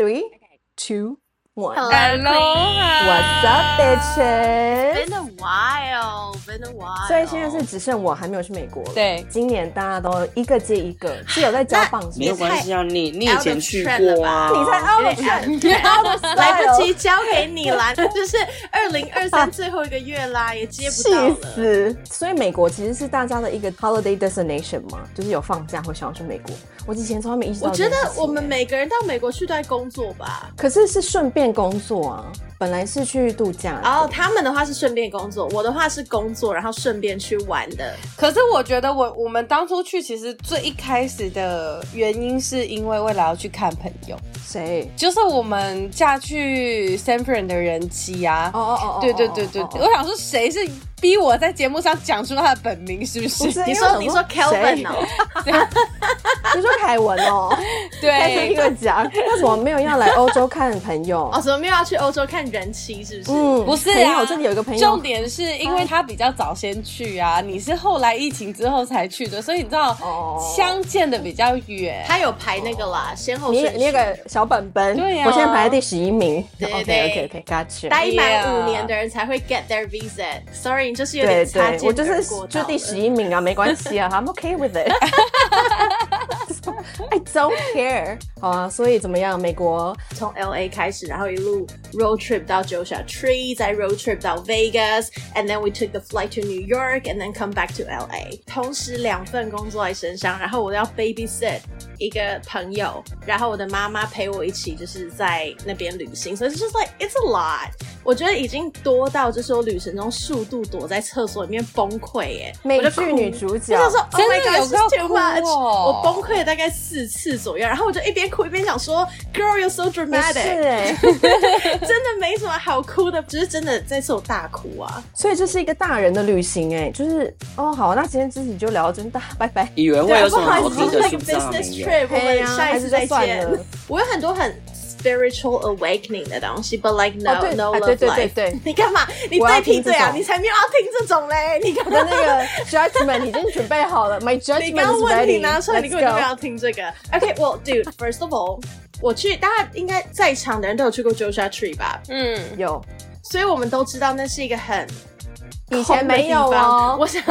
Three, two, one. Hello, What's up, bitches? Been a while, been a while。所以现在是只剩我还没有去美国了。对今年大家都一个接一 个，是有在交棒是没有不是？哎关系啊，你你以 out 前 of 去 trend 过啊，你哦才 out 有 of 点 out of trend，out of style 来不及，交给 你啦，就是二零二三最后一个月啦，也接气不到了。死！所以美国其实是大家的一个 holiday destination 嘛，就是有放假会想要去美国。我以前从来没意识到我这觉件事得情。我们每个人到美国去都在工作吧。可是是顺便工作啊，本来是去度假的。然后他们的话是顺便工作，我的话是工作，然后顺便去玩的。可是我觉得我我们当初去，其实最一开始的原因是因为为了要去看朋友，谁？就是我们嫁去 San Fran 的人妻啊。哦哦哦哦，对对哦对对哦哦对，我想说谁是逼我在节目上讲出他的本名，是不是？不是你因为我说想你说谁 Kelvin 哦，你说凯文 哦，哎开始一对，个讲，为什么没有要来欧洲看朋友哦，？怎么没有要去欧洲看人妻是不是？嗯， 不是朋啊友，这里有一个朋重友，点是因为他比较早先去啊，你是后来疫情之后才去的，所以你知道哦相见的比较远。他有排那个啦，先后你顺序。你有个小本本，对啊我现在排在第十一名。对 OK 对 OK OK，Gotcha。待满 Yeah 五年的人才会 get their visa。Sorry，你就是有对点擦对，肩我就是而过到就了第十一名啊，没关系 啊，I'm OK with it。I don't care。好啊，所以怎么样？美国从 L A 开始，然后一路 road trip 到 Joshua Tree，再 road trip 到 Vegas，and then we took the flight to New York，and then come back to L A。同时两份工作在身上，然后我要 babysit 一个朋友，然后我的妈妈陪我一起，就是在那边旅行，所以就是 like it's a lot。我觉得已经多到就是我旅程中数度躲在厕所里面崩溃耶，美我就剧哭女主角我想说，Oh 真 my 的 God, 有 this is 到 too 哭 much！哦我崩溃了大概四次左右，然后我就一边哭一边想说，Girl, you're so 也是 dramatic，哎， 真的没什么好哭的，只是真的这次我大哭啊！ 所以这是一个大人的旅行哎，就是哦好，那今天自己就聊到这，大家拜 拜。以为会有什么好啊不好吃意思的这是一树个上没 business 有？ trip，我哎们呀下一次再还是就见算了。我有很多很 spiritual awakening 的东西，but like no 哦对 no 啊 love 对对对 life。对你干嘛？你我要对听屁对啊！这种你才没有要听这种嘞！你干我 嘛的？那个 judgment 已经准备好了，my 你 judgment 刚 is 问 ready。题拿出来，你根本就没有要听这个。OK，well、dude，first of all，我去，大家应该在场的人都有去过 Joshua Tree 吧？嗯，有，所以我们都知道那是一个很以前没有空的地方哦。 我想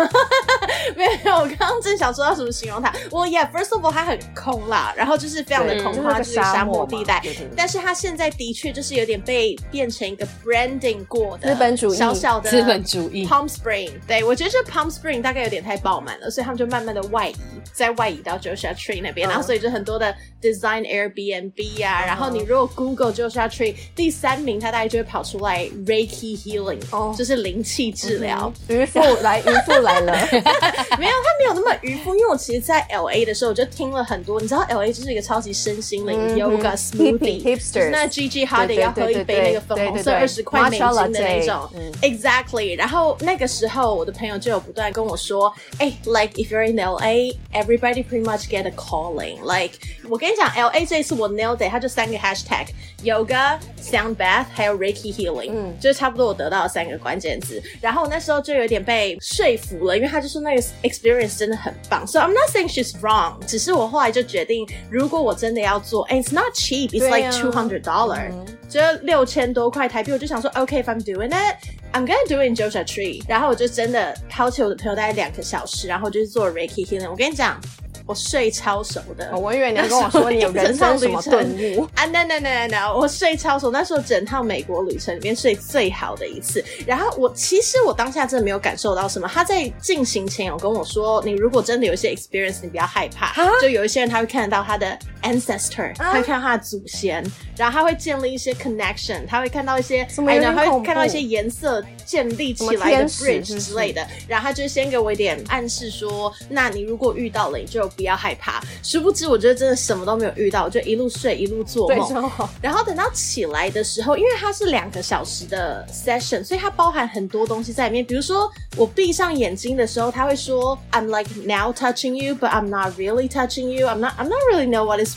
没有，没有，我刚刚正想说要怎么形容它。我 yeah，first of all，它很空啦，然后就是非常的对空就是旷，个就是沙漠漠嘛地带对对对。但是它现在的确就是有点被变成一个 branding 过的资本主义小小的资本主义。 Palm Spring，对我觉得这 Palm Spring 大概有点太爆满了，所以他们就慢慢的外移，在外移到 Joshua Tree 那边，嗯然后所以就很多的 Design Airbnb 啊，然后你如果 Google Joshua Tree 第三名，它大概就会跑出来 Reiki Healing，、哦就是灵气治疗。渔 夫来，渔夫来了。没有，它没有那么渔夫，因为我其实，在 L A 的时候，我就听了很多，你知道 L A 就是一个超级身心灵、嗯哼 yoga smoothie， Hipsters 就是那 Gigi Hadid 对对要喝一对对杯那个对粉红对对色对二十块美金 Matcha 的那 latte，种嗯，exactly。然后那个时候，我的朋友就有不断跟我说，哎，like if you're in L A，everybody pretty much get a calling。like 我跟你讲，L A 这一次我 nailed it，它就三个 hashtag。yoga、sound bath 还有 Reiki healing，嗯就是差不多我得到的三个关键字。然后我那时候就有点被说服了，因为他就说那个 experience 真的很棒。So I'm not saying she's wrong，只是我后来就决定，如果我真的要做，and it's not cheap，it's 对 like 啊 two hundred dollar，、就六千多块台币。我就想说，OK，if、I'm doing it，I'm gonna do it in Joshua Tree。然后我就真的抛弃我的朋友大概两个小时，然后就是做 Reiki healing。我跟你讲，我睡超熟的。哦我以为你要跟我说你有人生什么顿 悟。啊，no no no no no，我睡超熟，那是我整趟美国旅程里面睡最好的一次。然后我其实我当下真的没有感受到什么，他在进行前有跟我说，你如果真的有一些 experience，你不要害怕，就有一些人他会看得到他的 ancestor，、啊他会看到他的祖先，然后他会建立一些 connection，他会看到一些，什么有 I know，点他恐会怖看到一些颜色建立起来什么的天使 bridge 是不是之类的。然后他就先给我一点暗示说，那你如果遇到了，你就不要害怕。殊不知，我觉得真的什么都没有遇到，我就一路睡一路做对，梦。真好。 然后等到起来的时候，因为它是两个小时的 session，所以它包含很多东西在里面。比如说，我闭上眼睛的时候，他会说，I'm like now touching you，but I'm not really touching you，I'm not，I'm not really know what is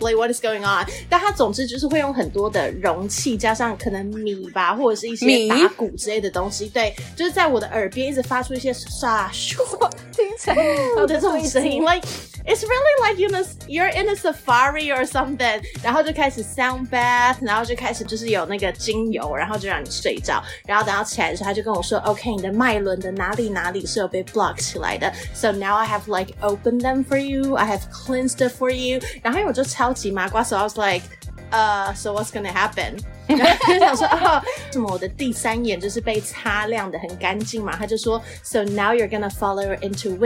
display what is going on。但它总之就是会用很多的容器，加上可能米吧，或者是一些米打鼓之类的东西，对，就是在我的耳边一直发出一些唰咻听起来的这种声音，like it's really like you know you're in a safari or something，然后就开始 sound bath，然后就开始就是有那个精油，然后就让你睡着，然后等到起来的时候，他就跟我说，OK，你的脉轮的哪里哪里是有被 block 起来的，so now I have like opened them for you，I have cleansed it for you，然后因为我就超级麻瓜，so I was like。呃、s o what's gonna happen？然后就 想说，哦，怎么我的第三眼就是被擦亮的很干净嘛？他就说，So now you're gonna follow your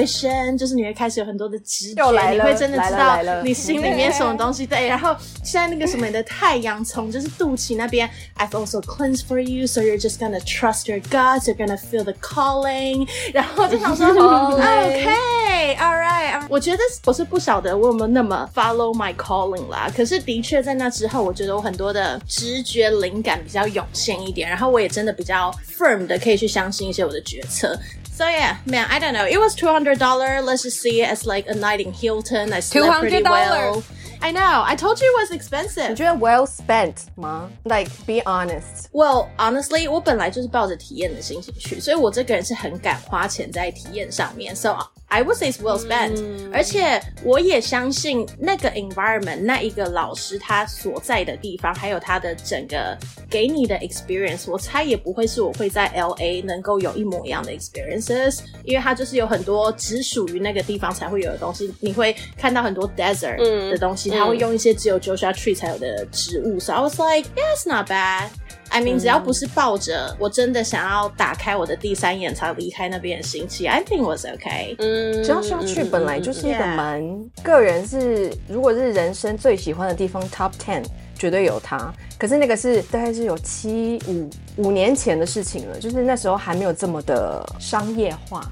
intuition，就是你会开始有很多的直觉，又来你了会真的知来了来道了你心里面什么东西对。然后现在那个什么，你的太阳从就是肚脐那边，I've also cleansed for you，so you're just gonna trust your guts，you're gonna feel the calling。然后我就想说 ，OK。All right，我觉得我是不晓得我有没有那么 follow my calling 啦。可是的确在那之后，我觉得我很多的直觉灵感比较涌现一点，然后我也真的比较 firm 的可以去相信一些我的决策。So yeah, man, I don't know. It was two hundred dollar. Let's just see it as like a night in Hilton. I slept pretty well. $200 I know. I told you it was expensive. 你觉得 well spent 吗？Like be honest， Well, honestly，我本来就是抱着体验的心情去，所以我这个人是很敢花钱在体验上面。So I would say it's well spent、而嗯且我也相信那个 environment，那一个老师他所在的地方，还有他的整个给你的 experience，我猜也不会是我会在 LA 能够有一模一样的 experiences，因为它就是有很多只属于那个地方才会有的东西。你会看到很多 desert 嗯的东西，它会用一些只有 Joshua Tree 才有的植物。So I was like, yeah, it's not bad. I mean，只要嗯不是抱着我真的想要打开我的第三眼才离开那边的心情，I think was okay。嗯，只要是要去，本来就是一个 Yeah 蛮个人是，如果是人生最喜欢的地方 Top Ten 绝对有它。可是那个是大概是有七五五年前的事情了，就是那时候还没有这么的商业化，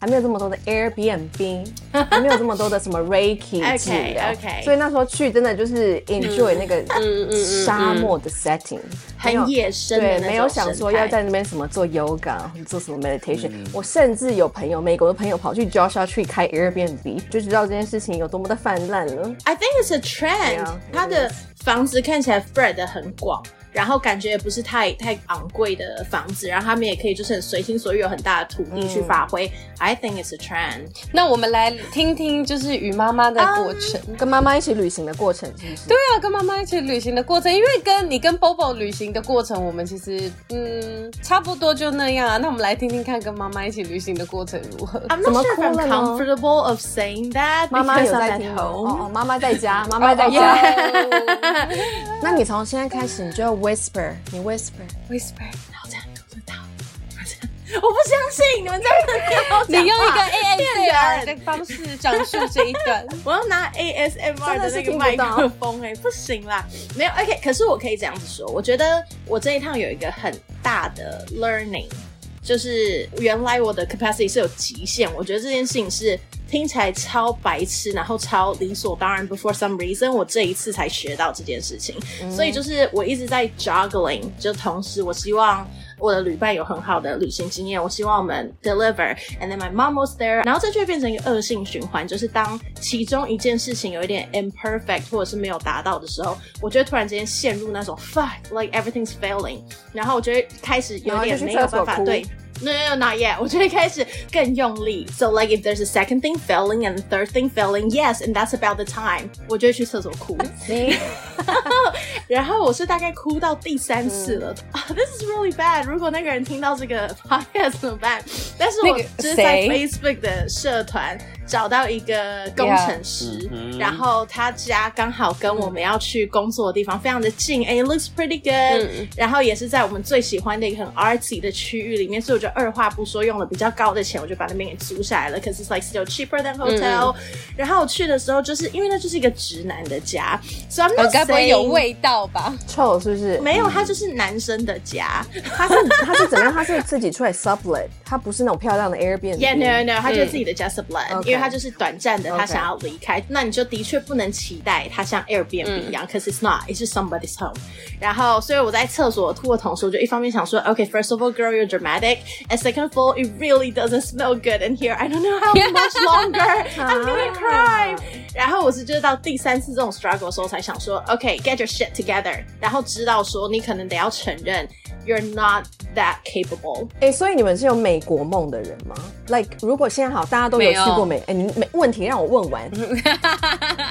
还没有这么多的 Airbnb，还没有这么多的什么 Reiki 治疗 OK，OK 所以那时候去真的就是 enjoy 那个嗯嗯沙漠的 setting，没有很野生的对那，种没有想说要生态嗯在那边什么做 yoga 或者做什么 meditation、我甚至有朋友，美国的朋友跑去 Joshua 去开 Airbnb，就知道这件事情有多么的泛滥了。 I think it's a trend. Yeah, 嗯它的房子看起来 spread 得很广，然后感觉也不是太太昂贵的房子，然后他们也可以就是很随心所欲，有很大的土地嗯去发挥。I think it's a trend. 那我们来听听就是与妈妈的过程。跟妈妈一起旅行的过程是不是？对啊，跟妈妈一起旅行的过程，因为跟你跟 Bobo 旅行的过程，我们其实嗯差不多就那样啊。那我们来听听看跟妈妈一起旅行的过程如何。 I'm 怎 not 么 sure if I'm 哭了呢 comfortable of saying that 妈妈 because 有 I'm 在 at 听吗 home. 哦哦，妈妈在家，妈妈哦在家。 那你从现在开始，你就要 whisper，你 whisper， Whisper，然后这样读得到，我不相信你们这样子你 用一个骗 ASMR 人的方式讲述这一 段。我要拿 ASMR 的那个麦克风哎、不行啦， 没有 OK。可是我可以这样子说，我觉得我这一趟有一个很大的 learning，就是原来我的 capacity 是有极限。我觉得这件事情是听起来超白痴，然后超理所当然。Before some reason，我这一次才学到这件事情，所以就是我一直在 juggling，就同时我希望。我的旅伴有很好的旅行经验，我希望我们 deliver，and then my mom was there，然后这就会变成一个恶性循环，就是当其中一件事情有一点 imperfect 或者是没有达到的时候，我就会突然之间陷入那种 fuck，like everything's failing，然后我就会开始有点没有办然法后就去厕所哭对。No, no, no, not yet. 我就会开始更用力。So, like, if there's a second thing failing and a third thing failing, yes, and that's about the time. 我就会去厕所哭。你 然后我是大概哭到第三次了。啊 This is really bad。如果那个人听到这个 podcast 怎么办？但是那我个就是在谁 Facebook 的社团找到一个工程师 Yeah 嗯哼然后他家刚好跟我们要去工作的地方非常的近，and it looks pretty good、嗯然后也是在我们最喜欢的一个很 artsy 的区域里面，所以我就二话不说，用了比较高的钱，我就把那边给租下来了。可是 like still cheaper than 嗯 hotel、然后我去的时候，就是因为那就是一个直男的家，所以 I'm 呃 not 该不会有 saying- 味道吧？臭是不是？没有，他就是男生的 家。他是他是怎么样？他是自己出来 sublet，他不是那种漂亮的 Airbnb。Mm. Yeah, no, no，他就是自己的 j u s t b l o o d 因为为他就是短暂的，他 OK 想要离开那你就的确不能期待他像 Airbnb 一样，可是 it's not，it's just somebody's home。然后，所以我在厕所吐的同时，我就一方面想说，OK，first、of all，girl，you're dramatic，and second of all，it really doesn't smell good in here。I don't know how much longer I'm gonna cry。然后我是就是到第三次这种 struggle 的时候才想说，OK，get、your shit together。然后知道说你可能得要承认，you're not that capable。哎、所以你们是有美国梦的人吗？Like，如果现在好，大家都有没有去过美，哎、你美问题让我问完。嗯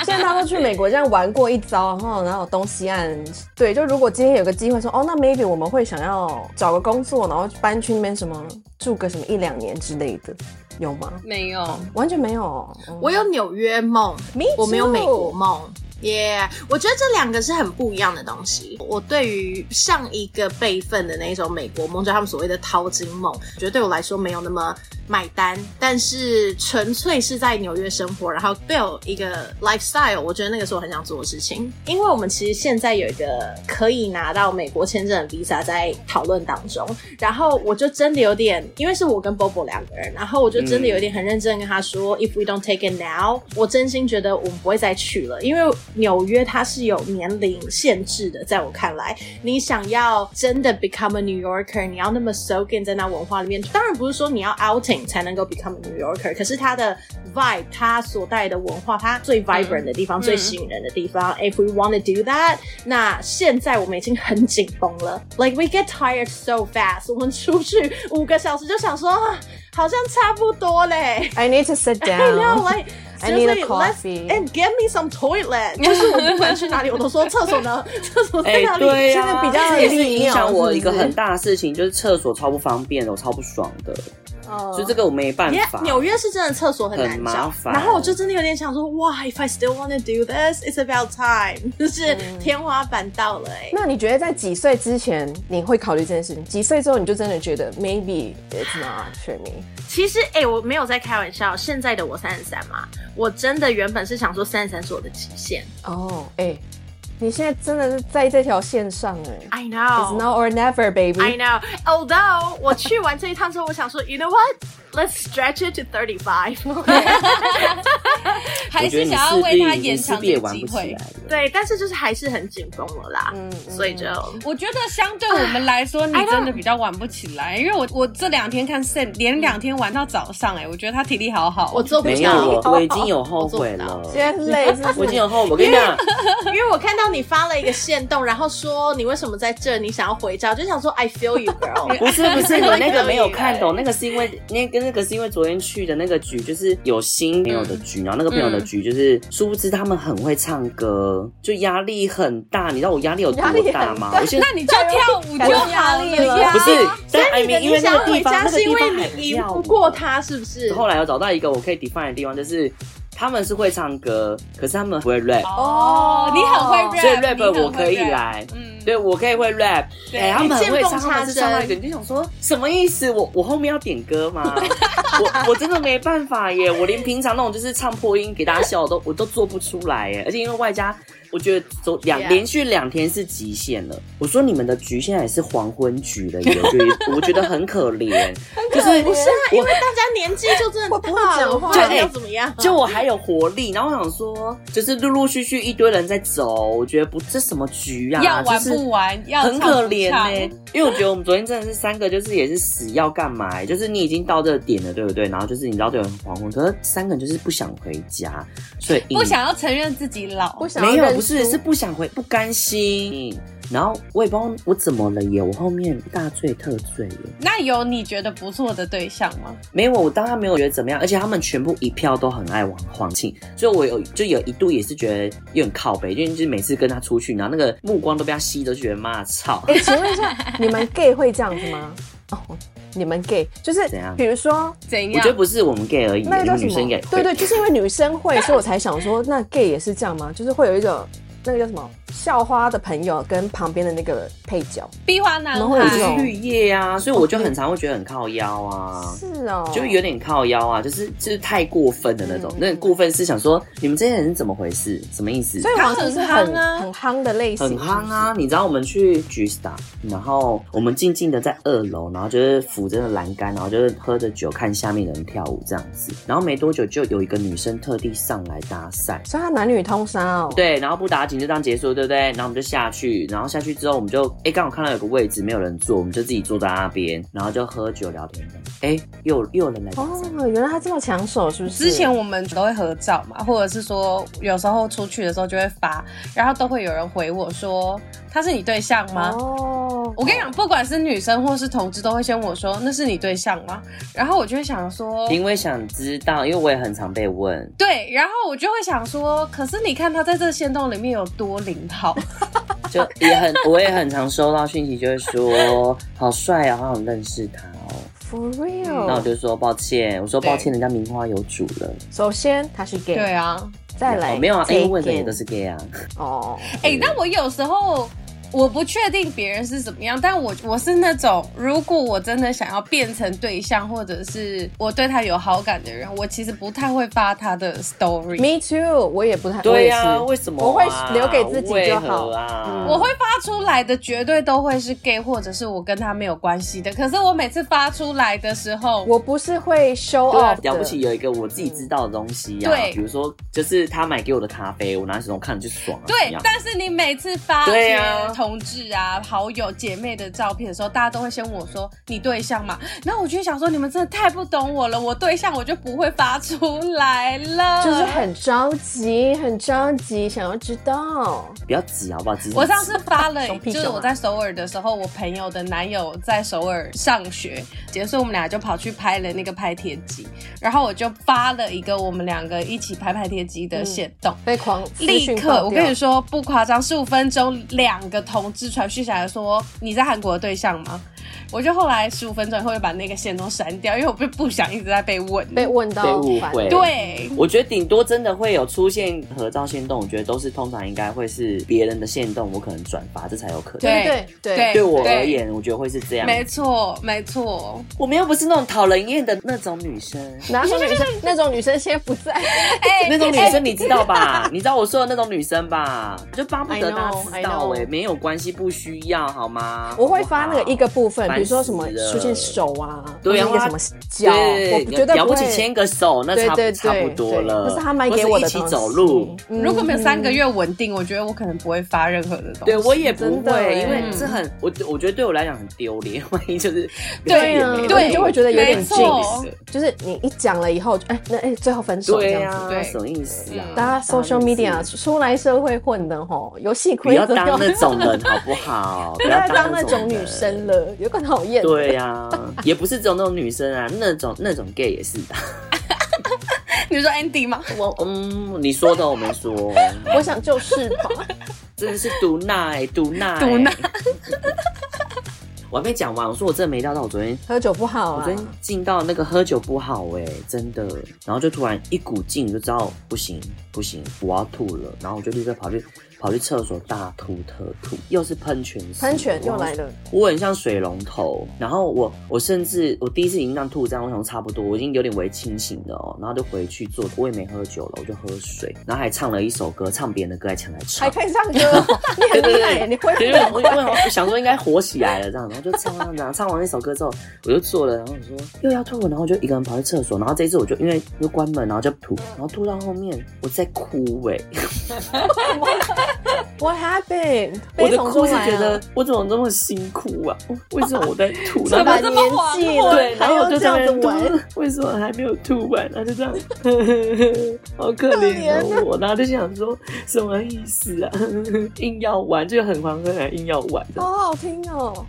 现在大家都去美国这样玩过一遭，然后然后东西岸，对，就如果今天有个机会说，哦，那 maybe 我们会想要找个工作，然后搬去那边什么住个什么一两年之类的，有吗？没有，完全没有哦。嗯我有纽约梦 Me，我没有 too 美国梦。耶我觉得这两个是很不一样的东西。我对于上一个辈分的那种美国梦，就他们所谓的淘金梦，我觉得对我来说没有那么买单。但是纯粹是在纽约生活，然后 build 一个 lifestyle，我觉得那个是我很想做的事情。因为我们其实现在有一个可以拿到美国签证的 visa 在讨论当中，然后我就真的有点，因为是我跟 Bobo 两个人，然后我就真的有点很认真地跟他说、i f we don't take it now，我真心觉得我们不会再去了，因为纽约它是有年龄限制的，在我看来，你想要真的 become a New Yorker，你要那么 soak in 在那文化里面，当然不是说你要 outing 才能够 become a New Yorker，可是它的 vibe，它所带的文化，它最 vibrant 的地方，最吸引人的地方。If we want to do that，那现在我们已经很紧绷了，like we get tired so fast，我们出去五个小时就想说，啊好像差不多嘞。哎 I need to sit I know, down。 like I need a seriously, let's coffee. and get me some toilet。就是我不管去哪里，我都说厕所呢， 厕所在哎哪里？对呀现在比较较这也是影响我利一尿是不个是很大的事情，就是厕所超不方便的，我超不爽的。就哦这个我没办 Yeah，法。纽约是真的厕所很难很找，麻烦然后我就真的有点想说，哇，If I still want to do this, it's about time，就是天花板到了、欸。嗯那你觉得在几岁之前你会考虑这件事情？几岁之后你就真的觉得 maybe it's not for me？其实，哎、我没有在开玩笑，现在的我三十三嘛，我真的原本是想说三十三是我的极限。哦，哎，你现在真的是在这条线上哎哦 I ，It's know。 now or never, I baby。 know. Although 我去完这一趟之后，我想说，You know what? Let's stretch it to thirty five. 还我觉得是你想要势为必他你延势长必也这个玩机不起来会。 了。对，但是就是还是很紧绷了啦，嗯嗯所以就我觉得相对我们来说，哎你真的比较玩不起来，因为我我这两天看 Sam 连两天玩到早上、哎，我觉得他体力好好。我做不没有到我，，啊我已经有后悔了。今天累是我不已是？经有后，我跟你讲，因为我看到你发了一个线动，然后说你为什么在这，你想要回家，我就想说 I feel you, girl。 不是不是，你那个没有看懂，那个是因为那跟那个是因为昨天去的那个局，就是有新朋友的局，然后那个朋友的局就是，殊不知他们很会唱歌，就压力很大。你知道我压力有多压力很大吗？我现在那你就跳舞就好了呀不是， 但啊所 I 以你的 mean，因你为那想要个回地方，家那个是因地方为很你赢妙不过他，是不是？后来我找到一个我可以 define 的地方，就是他们是会唱歌，可是他们不会 rap，、哦，你很会 rap，所以你很 rap 会我可以 rap。来。嗯，对，我可以会 rap，对哎、他们很会唱，见缝他们是唱到插一针个，你就想说什么意思？我我后面要点歌吗？我我真的没办法耶，我连平常那种就是唱破音给大家笑我都我都做不出来耶，而且因为外加我觉得走两 Yeah 连续两天是极限了。我说你们的局现在也是黄昏局了耶，我觉得我觉得很可怜，就是不是我大家年纪就真的我不会大了，讲话就就要哎怎么样？就我还有活力，然后我想说，就是陆陆续续一堆人在走，我觉得不这什么局啊，要玩就是不玩，要很唱不可怜欸呢、唱 因为我觉得我们昨天真的是三个，就是也是死要干嘛、欸就是你已经到这个点了，对不对？然后就是你知道这个很黄昏，可是三个人就是不想回家，所以不想要承认自己老不。想要没有认不是输是不想回，不甘心。然后我也不知道我怎么了耶，我后面大醉特醉耶。那有你觉得不错的对象吗？没有，我当然没有觉得怎么样，而且他们全部一票都很爱王黄庆，所以我有就有一度也是觉得有点靠北，因为就是每次跟他出去，然后那个目光都被他吸走，就觉得妈操。哎，请问一下，你们 gay 会这样子吗？哦，你们 gay 就是怎样比如说怎样？我觉得不是我们 gay 而已，那个因叫为什女么生也？会对对，就是因为女生会，所以我才想说，那 gay 也是这样吗？就是会有一种那个叫什么校花的朋友跟旁边的那个配角，壁花男然后我有就这是种孩，绿叶啊，所以我就很常会觉得很靠腰啊。是哦，就有点靠腰啊，就是就是太过分的那种，嗯那过分是想说你们这些人是怎么回事，什么意思？所以王晨是很他很夯啊很夯的类型，很夯啊！你知道我们去 G Star，然后我们静静的在二楼，然后就是扶着栏杆，然后就是喝着酒看下面的人跳舞这样子。然后没多久就有一个女生特地上来搭讪，所以他男女通杀哦，对，然后不打紧就当结束，对不对？然后我们就下去，然后下去之后我们就哎刚好看到有个位置没有人坐，我们就自己坐在那边，然后就喝酒聊天。哎，又又有人来搭哦讪，，原来他这么抢手，是不是？之前我们都会合照嘛，或者是说有时候出去的时候就会发，然后都会有人回我说他是你对象吗？哦，我跟你讲，不管是女生或是同志，都会先问我说那是你对象吗？然后我就会想说。因为想知道，因为我也很常被 问，对，然后我就会想说，可是你看他在这个线洞里面有多灵好，就也很我也很常收到讯息，就是说好帅啊，好想认识他哦。 for 那我 real，就说抱歉，我说对抱歉，人家名花有主了。首先他是 gay，对啊，再来哦没有啊，因为问的也 gay 都是 gay 啊。 哦，哎、但我有时候我不确定别人是怎么样，但我我是那种，如果我真的想要变成对象，或者是我对他有好感的人，我其实不太会发他的 story。 Me too，我也不太，对呀、啊，为什 么啊、我会留给自己就好为何啊。嗯我会发出来的绝对都会是 gay，或者是我跟他没有关系的。可是我每次发出来的时候，我不是会 show 对啊 off，，的了不起有一个我自己知道的东西啊，对比如说就是他买给我的咖啡，我拿手中看就爽啊，怎对样，但是你每次发一对些啊同志啊、好友、姐妹的照片的时候，大家都会先问我说你对象嘛，然后我就会想说你们真的太不懂我了，我对象我就不会发出来 了，就是很着急，很着急，想要知道。不要急好不好？急 我上次发了 熊，屁就是熊啊我在首尔的时候，我朋友的男友在首尔上学，结束我们俩就跑去拍了那个拍贴机，然后我就发了一个我们两个一起拍拍贴机嗯的线动。被狂私立讯刻，爆我掉跟你说不夸张，十五分钟，两个同志传讯下来说你在韩国的对象吗？我就后来十五分钟以后就把那个线都删掉，因为我不不想一直在被问。被问到被误烦会，。对，我觉得顶多真的会有出现合照限动，我觉得都是通常应该会是别人的限动，我可能转发，这才有可能。对对对对对我而言，我觉得会是这样。没错，没错。我们又不是那种讨人厌的那种女生，哪种 女生？那种女生现在不在。哎、那种女生你知道吧？你知道我说的那种女生吧？就巴不得 I know, 大家知 I 道 know 哎、没有关系，不需要好吗？我会发那个一个部分，烦比如说什么死了出现手啊，对啊或者一个什么脚，对，我绝对了不不起会。牵个手，那对差不对对，差不多了。对不是他买给我的或是一东起西。走路。嗯如果没有三个，月稳定，我觉得我可能不会发任何的东西。对，我也不真的欸会，因为这很我我觉得对我来讲很丢脸，万一就是对啊也没对有你就会觉得有点没近错嗯就是你一讲了以后，就哎，那哎，最后分手这对啊样子。呀，对什么意思啊？大家 social 大 media 家就是出来社会混的吼，游戏不规要则当那 种人好不好？不不要要当那种种女人生。了，有个讨厌。对呀、也不是只有那种女生啊，那种那种 gay 也是的。你说 Andy 吗？我 嗯，你说的我没说，我想就是 吧。真的是毒奶毒 奶毒奶。 我还没讲完，我说我真的没料到，我昨天喝酒不好我啊昨。天进到那个喝酒不好哎、真的，然后就突然一股劲，就知道不行不行，我要吐了，然后我就立刻跑去跑去厕所大吐特吐，又是喷泉式，喷泉又来了。了，我很像水龙头，然后我我甚至我第一次已经这样吐这样，我想说差不多，我已经有点微清醒了哦，然后就回去坐，我也没喝酒了，我就喝水，然后还唱了一首歌，唱别人的歌还抢来唱还，可以唱歌 哦，你很厉害，你会对，因为我我我想说应该火起来了这样，然后就唱唱唱，唱完一首歌之后，我就坐了，然后我说又要吐，然后我就一个人跑去厕所，然后这一次我就因为又关门，然后就吐，然后吐到后面我在哭哎、 What happened？我悲的从哭中是来觉啊得，我怎么那么辛苦啊？为什么我在吐？这然后把就年这么黄纪昏了，对，然还后我要就这在样那子边玩，吐，为什么还没有吐完？他就这样， 呵呵呵好可怜啊的我，然后就想说什么意思啊？ 硬要玩，就很黄昏来硬要玩的。好好听哦。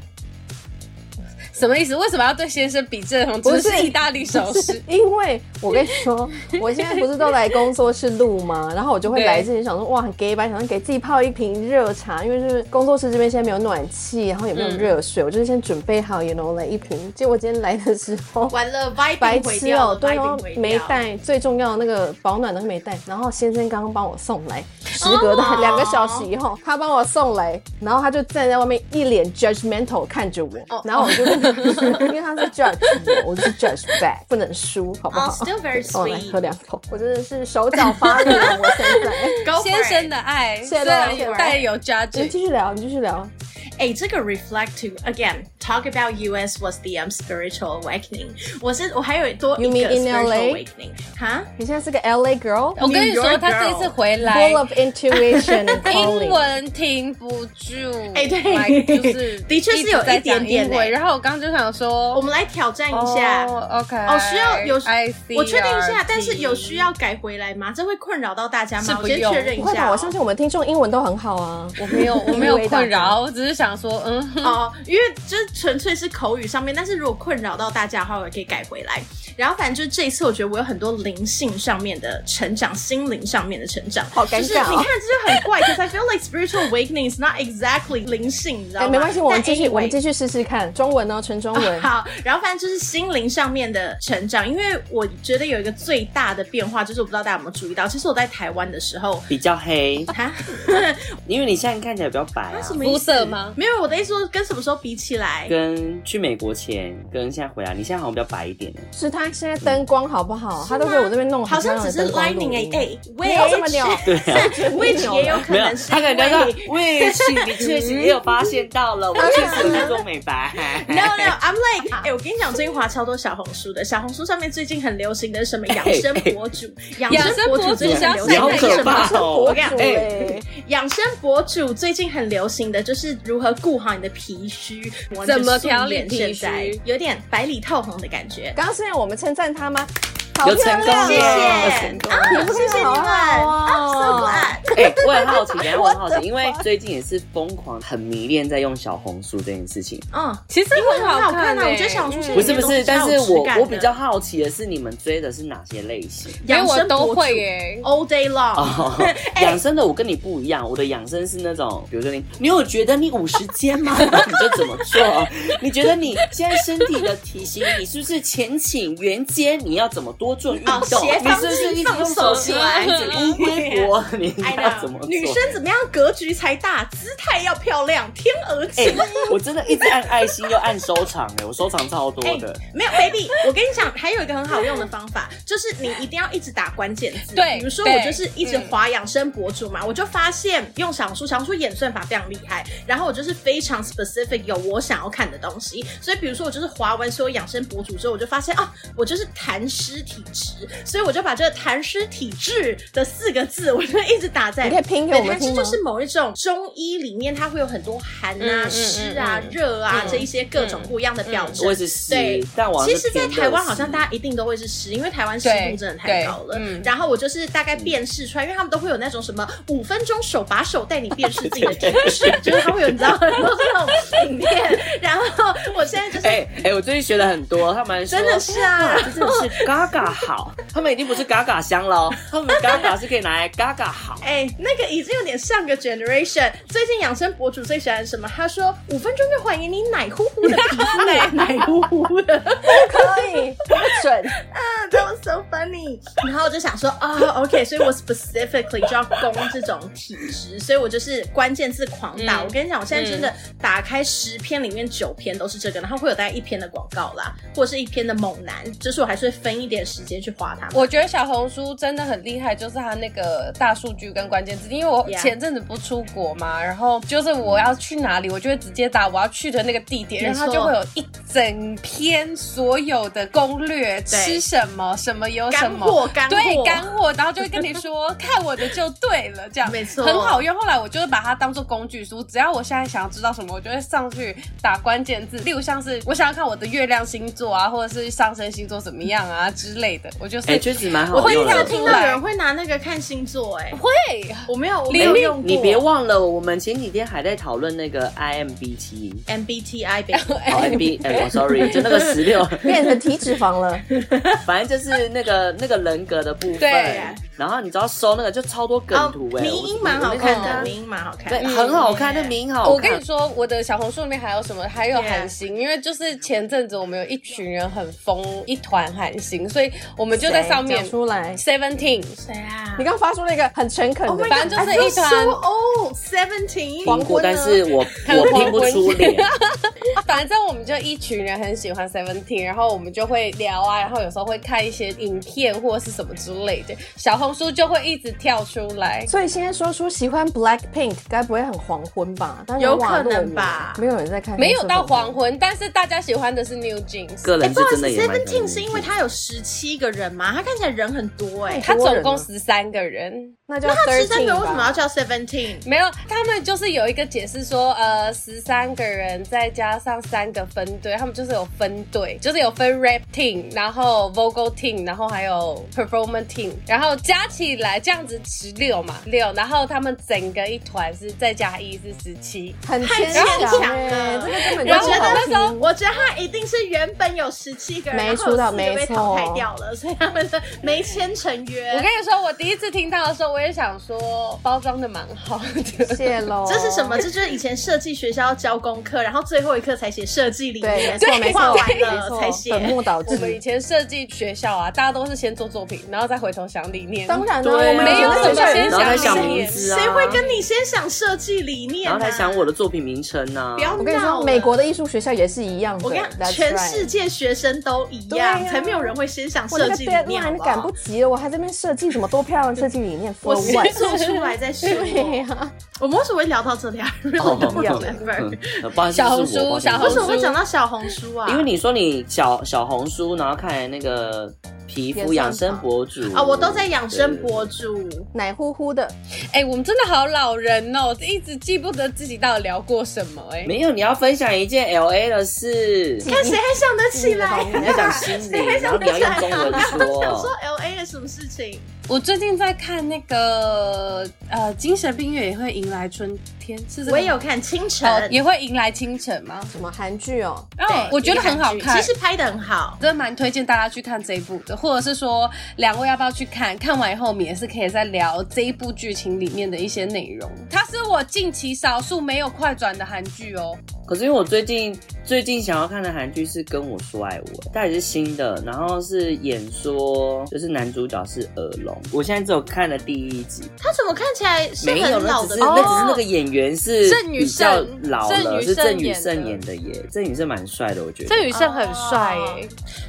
什么意思？为什么要对先生比这种？只不是是意大利手 势，因为我跟你 说，我现在不是都来工作室录吗？然后我就会对来之前想说，哇，很 gay 吧，想说给自己泡一瓶热茶，因为就是工作室这边现在没有暖气，然后也没有嗯热水，我就是先准备好，you know，来一瓶。结果今天来的时候。完了，歪白饼毁痴掉哦、了，对，歪然后饼毁掉没了。带最重要的那个保暖的没带，然后先生刚刚帮我送来，时哦隔的 两个小时以后，他帮我送来，然后他就站在外面一脸 judgmental 看着我哦，然后我就因为他是 judge 我，我是 judge back，不能输，好不 Oh, 好 still very 哦，来喝 sweet. 两口，我真的是手脚发热了，我现 在。 Go for 先生 it. 的爱谢了虽然谢了带有你 judge，继续聊，你继续聊。哎，这个 reflect to again talk about U.S. was the um, spiritual awakening。我是我还有多一 You 个 mean in spiritual LA？ awakening 哈。你现在是个 LA girl，我跟你 New 说， York 他这一次回来 full，of intuition and 英哦 calling。文停不住。哎对 Like，就是 的确是一直有一在讲点点英文哎然后我刚就想说，我们来挑战一下。Oh, 哦，OK，哦，需要有 I C，我确定一下，但是有需要改回来吗？这会困扰到大家是吗？不我先用确认一不会下吧？哦。我相信我们听众英文都很好啊。我没有，我没有微微大困扰，家我只是想说，嗯，哦，因为就是纯粹是口语上面，但是如果困扰到大家的话，我也可以改回来。然后反正就是这一次，我觉得我有很多灵性上面的成长，心灵上面的成长。好尴尬哦就是你看，这就很怪，because I feel like spiritual awakening is not exactly 灵性，你知道哎，吗？没关系，我们继续，但 anyway，我们继续试试看中文哦，纯中文。 好，然后反正就是心灵上面的成长，因为我觉得有一个最大的变化，就是我不知道大家有没有注意到，其实我在台湾的时候，比较黑，哈，因为你现在看起来比较白啊什。么意肤思色吗？没有，我的意思说跟什么时候比起来，跟去美国前，跟现在回来，你现在好像比较白一点。是他现在灯光好不好？他都吗给我这边弄好像漂亮只的灯是光录 lightning 哎音哎，你有什么 鸟？对啊， Which 也有可没能，有哎是啊他可能因就为是为去，你确实也有发现到了，我确实有在做美白。 No no, I'm like，哎、我跟你讲，最近滑超多小红书的，小红书上面最近很流行的是 什么养生博主，养、生博主最近很流你行好的是可什怕么？哦！我跟你讲，哎对，养生博主最近很流行的就是如何顾好你的皮须，我怎么就是素调理颜皮现在须有点白里透红的感觉。刚刚是让我们称赞他吗？好有漂成功亮了，谢耶！谢成功啊了你不谢是谢你好们好，I'm so 哦 glad。哎、我很好奇，等一下我很好 What the 奇，因为最近也是疯狂、很迷恋在用小红书这件事情。嗯，其实因为很好看看啊，欸我觉得小红书现在不是不里面是，都但超是有质我感我的比较好奇的是，你们追的是哪些类型？连养我生都博主会欸耶。 all day long。哦，哎养生的我跟你不一样，我的养生是那种，比如说你，你有觉得你五十肩吗？ 你就怎么做？你觉得你现在身体的体型，你是不是前倾圆肩？你要怎么多做运动？哦斜你方是不是肌一直放用手手机机来一微博？你 I 要怎么 know，做？哎女生怎么样格局才大，姿态要漂亮，天鹅哎、颈。我真的一直按爱心又按收藏、哎，我收藏超多哎的。没有，baby，我跟你讲，还有一个很好用的方法，就是你一定要一直打关键字。对比如说对我就是一直滑养生博主嘛，我就发现用小红书，小红书演算法非常厉害，然后我就是非常 specific 有我想要看的东西，所以比如说我就是滑完所有养生博主之后，我就发现啊，我就是痰湿体质，所以我就把这个痰湿体质的四个字，我就一直打在。你可以拼给对，我们它听这吗就？是某一种中医里面，它会有很多寒嗯啊、嗯湿嗯啊嗯、热啊嗯这一些各种不一样的表我也征。是湿对，但我好像其是实，在偏台湾热好像湿大家一定都会是湿，因为台湾湿对度真的太高了对嗯。然后我就是大概辨识出来，因为他们都会有那种什么五分钟手把手带你辨识自己的体质，就是他会有你知 道很多这种影片。然后我现在 就是 哎哎、我最近学了很多，他们说真的是啊哇这真的是嘎嘎好，他们已经不是嘎嘎香了哦，他们嘎嘎是可以拿来嘎嘎 好。哎、那个已经有点上个 generation。最近养生博主最喜欢什么？他说五分钟就还给你奶乎乎的皮肤，奶奶乎乎的。可以，不准。 啊 That was so funny。然后我就想说，哦、，OK，所以我 specifically 就要攻这种体质，所以我就是关键字狂打。嗯我跟你讲，我现在真的打开十篇里面九篇都是这个，然后会有大概一篇的广告啦，或者是一篇的猛男，就是我还是会分一点时间去划它们。我觉得小红书真的很厉害，就是它那个大数据跟关键字。因为我 Yeah 前阵子不出国嘛，然后就是我要去哪里，我就会直接打我要去的那个地点，没然错后它就会有一整篇所有的攻略，对吃什么什么有什干么货干货，对干货，然后就会跟你说看我的就对了，这样没错很好用。后来我就是把它当做工具书，只要我现在想要知道什么，我就会上去打关键字，例如像是我想要看我的月亮星座啊，或者是上升星座怎么样啊之类的，我就是、哎，确实蛮我好会用跳的。出听到有人会拿那个看星座、哎，会我没有，我没连有用过。 你别忘了，我们前几天还在讨论那个 IMBT， MBTI baby，哦 IMB，哎，我 sorry，就那个十 六，变成体脂肪 了，反正就是那个那个人格的部分。对哦然后你只要搜那个，就超多哦梗图哎，迷我音蛮好看我的，我迷音蛮好看对，的。很好看，那迷音好看。嗯我跟你说，我的小红书里面还有什么？还有 Yeah 韩星因为就是前阵子我们有一群人很疯一团韩星，所以我们就在上面讲出来。 Seventeen，谁啊你？刚发出了一个很诚恳 Oh 的 my god，反正就是一团 I feel so old 哦 seventeen。听过，但是 我还有我拼不黄昏出脸。反正我们就一群人很喜欢 Seventeen，然后我们就会聊啊，然后有时候会看一些影片或是什么之类的，小红书就会一直跳出来。所以现在说出喜欢 Black Pink，该不会很黄昏吧？但是有哇可能那么远吧没有人在看，没有到黄。昏，但是大家喜欢的是 New Jeans，个人哎不是好意真思的也蛮喜欢，Seventeen 是因为他有十七个人嘛，他看起来人很多哎、他总共多人啊十三个人。那叫那他吃三个 Thirteen 为什么要吧？叫 Seventeen？没有，他们就是有一个解释说，呃，十三个人再加上三个分队，他们就是有分队，就是有分 rap team，然后 vocal team，然后还有 performance team，然后加起来这样子十六嘛，六，然后他们整个一团是再加一是十七。很牵太牵强欸了这个根本就我然不觉后好那时候得，我觉得他一定是原本有十七个人，没出到然后有四个被没错淘汰掉了，所以他们的没签成约。我跟你说，我第一次听到的时候，我也想说包装的蛮好的。 谢喽。这是什么？？这就是以前设计学校要交功课，然后最后一刻才写设计理对，念，没错，没画错，完没了错才，写。本末倒我们以置。前设计学校啊，大家都是先做作品，然后再回头想理念。当然了，对啊我们没有以前什么在先学校然后才想想理名念字啊，谁会跟你先想设计理念、然啊？后才想我的作品名称啊呢、不要我跟你闹说，了美国的艺术学校也是一样的。我跟你讲， That's 全 right 世界学生都一对样，啊才没有人会先想我那设个计理念 deadline 好都不赶好不。及了，我还在那边设计什么多漂亮的设计理念我，for 先 what？做出来再说。对呀，我们为什么会聊到这里啊？Really 哦 don't 嗯 remember。呃不好意思，小红是书我不好意思小为红什书么会讲到小红书啊？因为你说你小小红书，然后看那个皮肤养生博主啊，我都在养生博主，主。奶乎乎的，哎、我们真的好老人哦，一直记不得自己到底聊过什么哎、没有你要分享一件 L A 的事，看谁还想得起来、你要讲心理，然后你要用中 文想说说。 L A 的什么事情？我最近在看那个呃，精神病院也会迎来春天，是这个吗我也有看《清晨哦，》也会迎来清晨吗？什么韩剧哦，哦，我觉得很好一个韩看。剧其实拍的很好。真的蛮推荐大家去看这一部的，或者是说两位要不要去看？看完以后我们也是可以再聊这一部剧情里面的一些内容。它是我近期少数没有快转的韩剧哦。可是因为我最近最近想要看的韩剧是《跟我说爱我》，它也是新的，然后是演说，就是男主角是耳聋。我现在只有看了第一集，他怎么看起来是没有，很那老只的是剧？那只是那个演员是郑宇比较盛老了，郑宇是盛郑宇演的盛演的耶，郑宇盛蛮帅的，我觉得。郑宇盛很帅哎、哦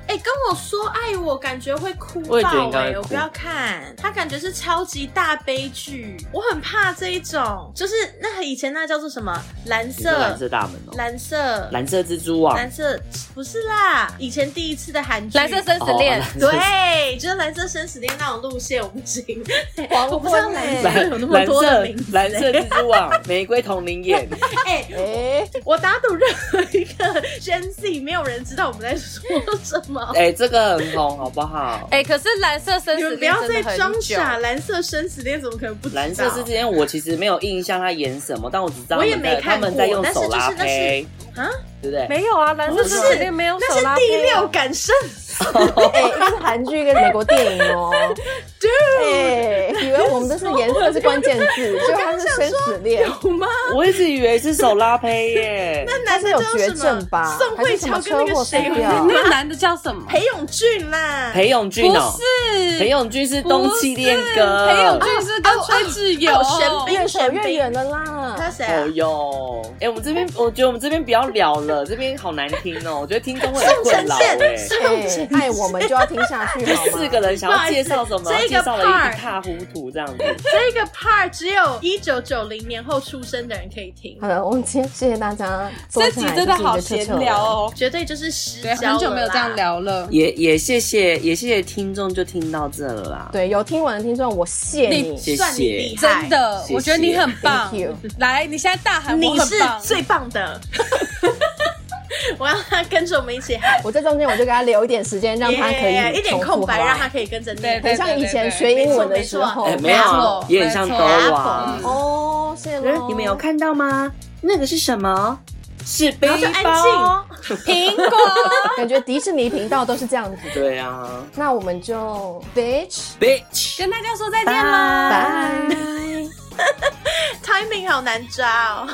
哎、跟我说爱我，感觉会哭我也觉得爆应该哎、会哭我不要看，他感觉是超级大悲剧，我很怕这一种，就是那以前那叫做什么蓝你色说蓝色大门哦，蓝色蓝色蜘蛛网，蓝色不是啦，以前第一次的韩剧蓝色生死恋哦，对，就是蓝色生死恋那种路线，我不行，我不知道蓝欸色蓝有那么蓝多色的名字、蓝色蜘蛛网，玫瑰同龄眼，哎、哎，我打赌任何一个 Gen Z 没有人知道我们在说什么。哎，这个很红，好不好？哎、可是蓝色生你死们不恋要真再的很装久。傻，蓝色生死恋怎么可能不知道？蓝色是之前我其实没有印象他演什么，但我只知道我也他们在没看他们在用过手拉但是胚，是啊，对不对？没有啊，蓝色生死恋没有那手拉是胚第啊六感生死，哎，这是韩剧跟美国电影哦。对，以为我们的是颜色是关键字，结果它是生死恋，有吗？我一直以为是手拉胚耶， 那它男是的有叫绝什么症吧？宋还慧是什乔么跟车那祸个死谁，掉？那个男的叫什么？裴勇俊啦，裴勇俊不哦，是，裴勇俊是冬季恋歌，裴勇俊是跟崔智友哦哦哦哦玄彬越走越远了他啦。谁啊哎哦？哟，哎、我们这边我觉得我们这边不要聊了，这边好难听哦，我觉得听众会很宋困承扰宪哎、，哎，爱我们就要听下去，好吗？四个人想要介绍什么，不好意思介绍了这个 part 一塌糊涂这样子。这个 part 只有一九九零年后出生的人可以听好，了，我们今天谢谢大家，这集真的好闲聊哦。哦，绝对就是失对，焦很久没有了这样啦。聊了。也也谢谢，也谢谢听众，就听到这了啦。对，有听完的听众，我谢你你，谢算你谢厉，害真的，谢谢我觉得你很棒 Thank you。来，你现在大喊我你很是棒，最棒的。 我要他跟着我们一起喊， 我在中间我就给他留一点时间， 让他可 Yeah，以一点重复空白，好不好让他可以跟着你。对对很像以前学英文的时候哎、没错没有啊没错，也很像没兜错啊。哦，谢哎喽，你们有看到吗？那个是什么？是背然后就安静 包。苹果。感觉迪士尼频道都是这样子。对啊那我们就 bitch ，bitch，跟大啊家说再见喽。拜。 ，timing 好难抓哦。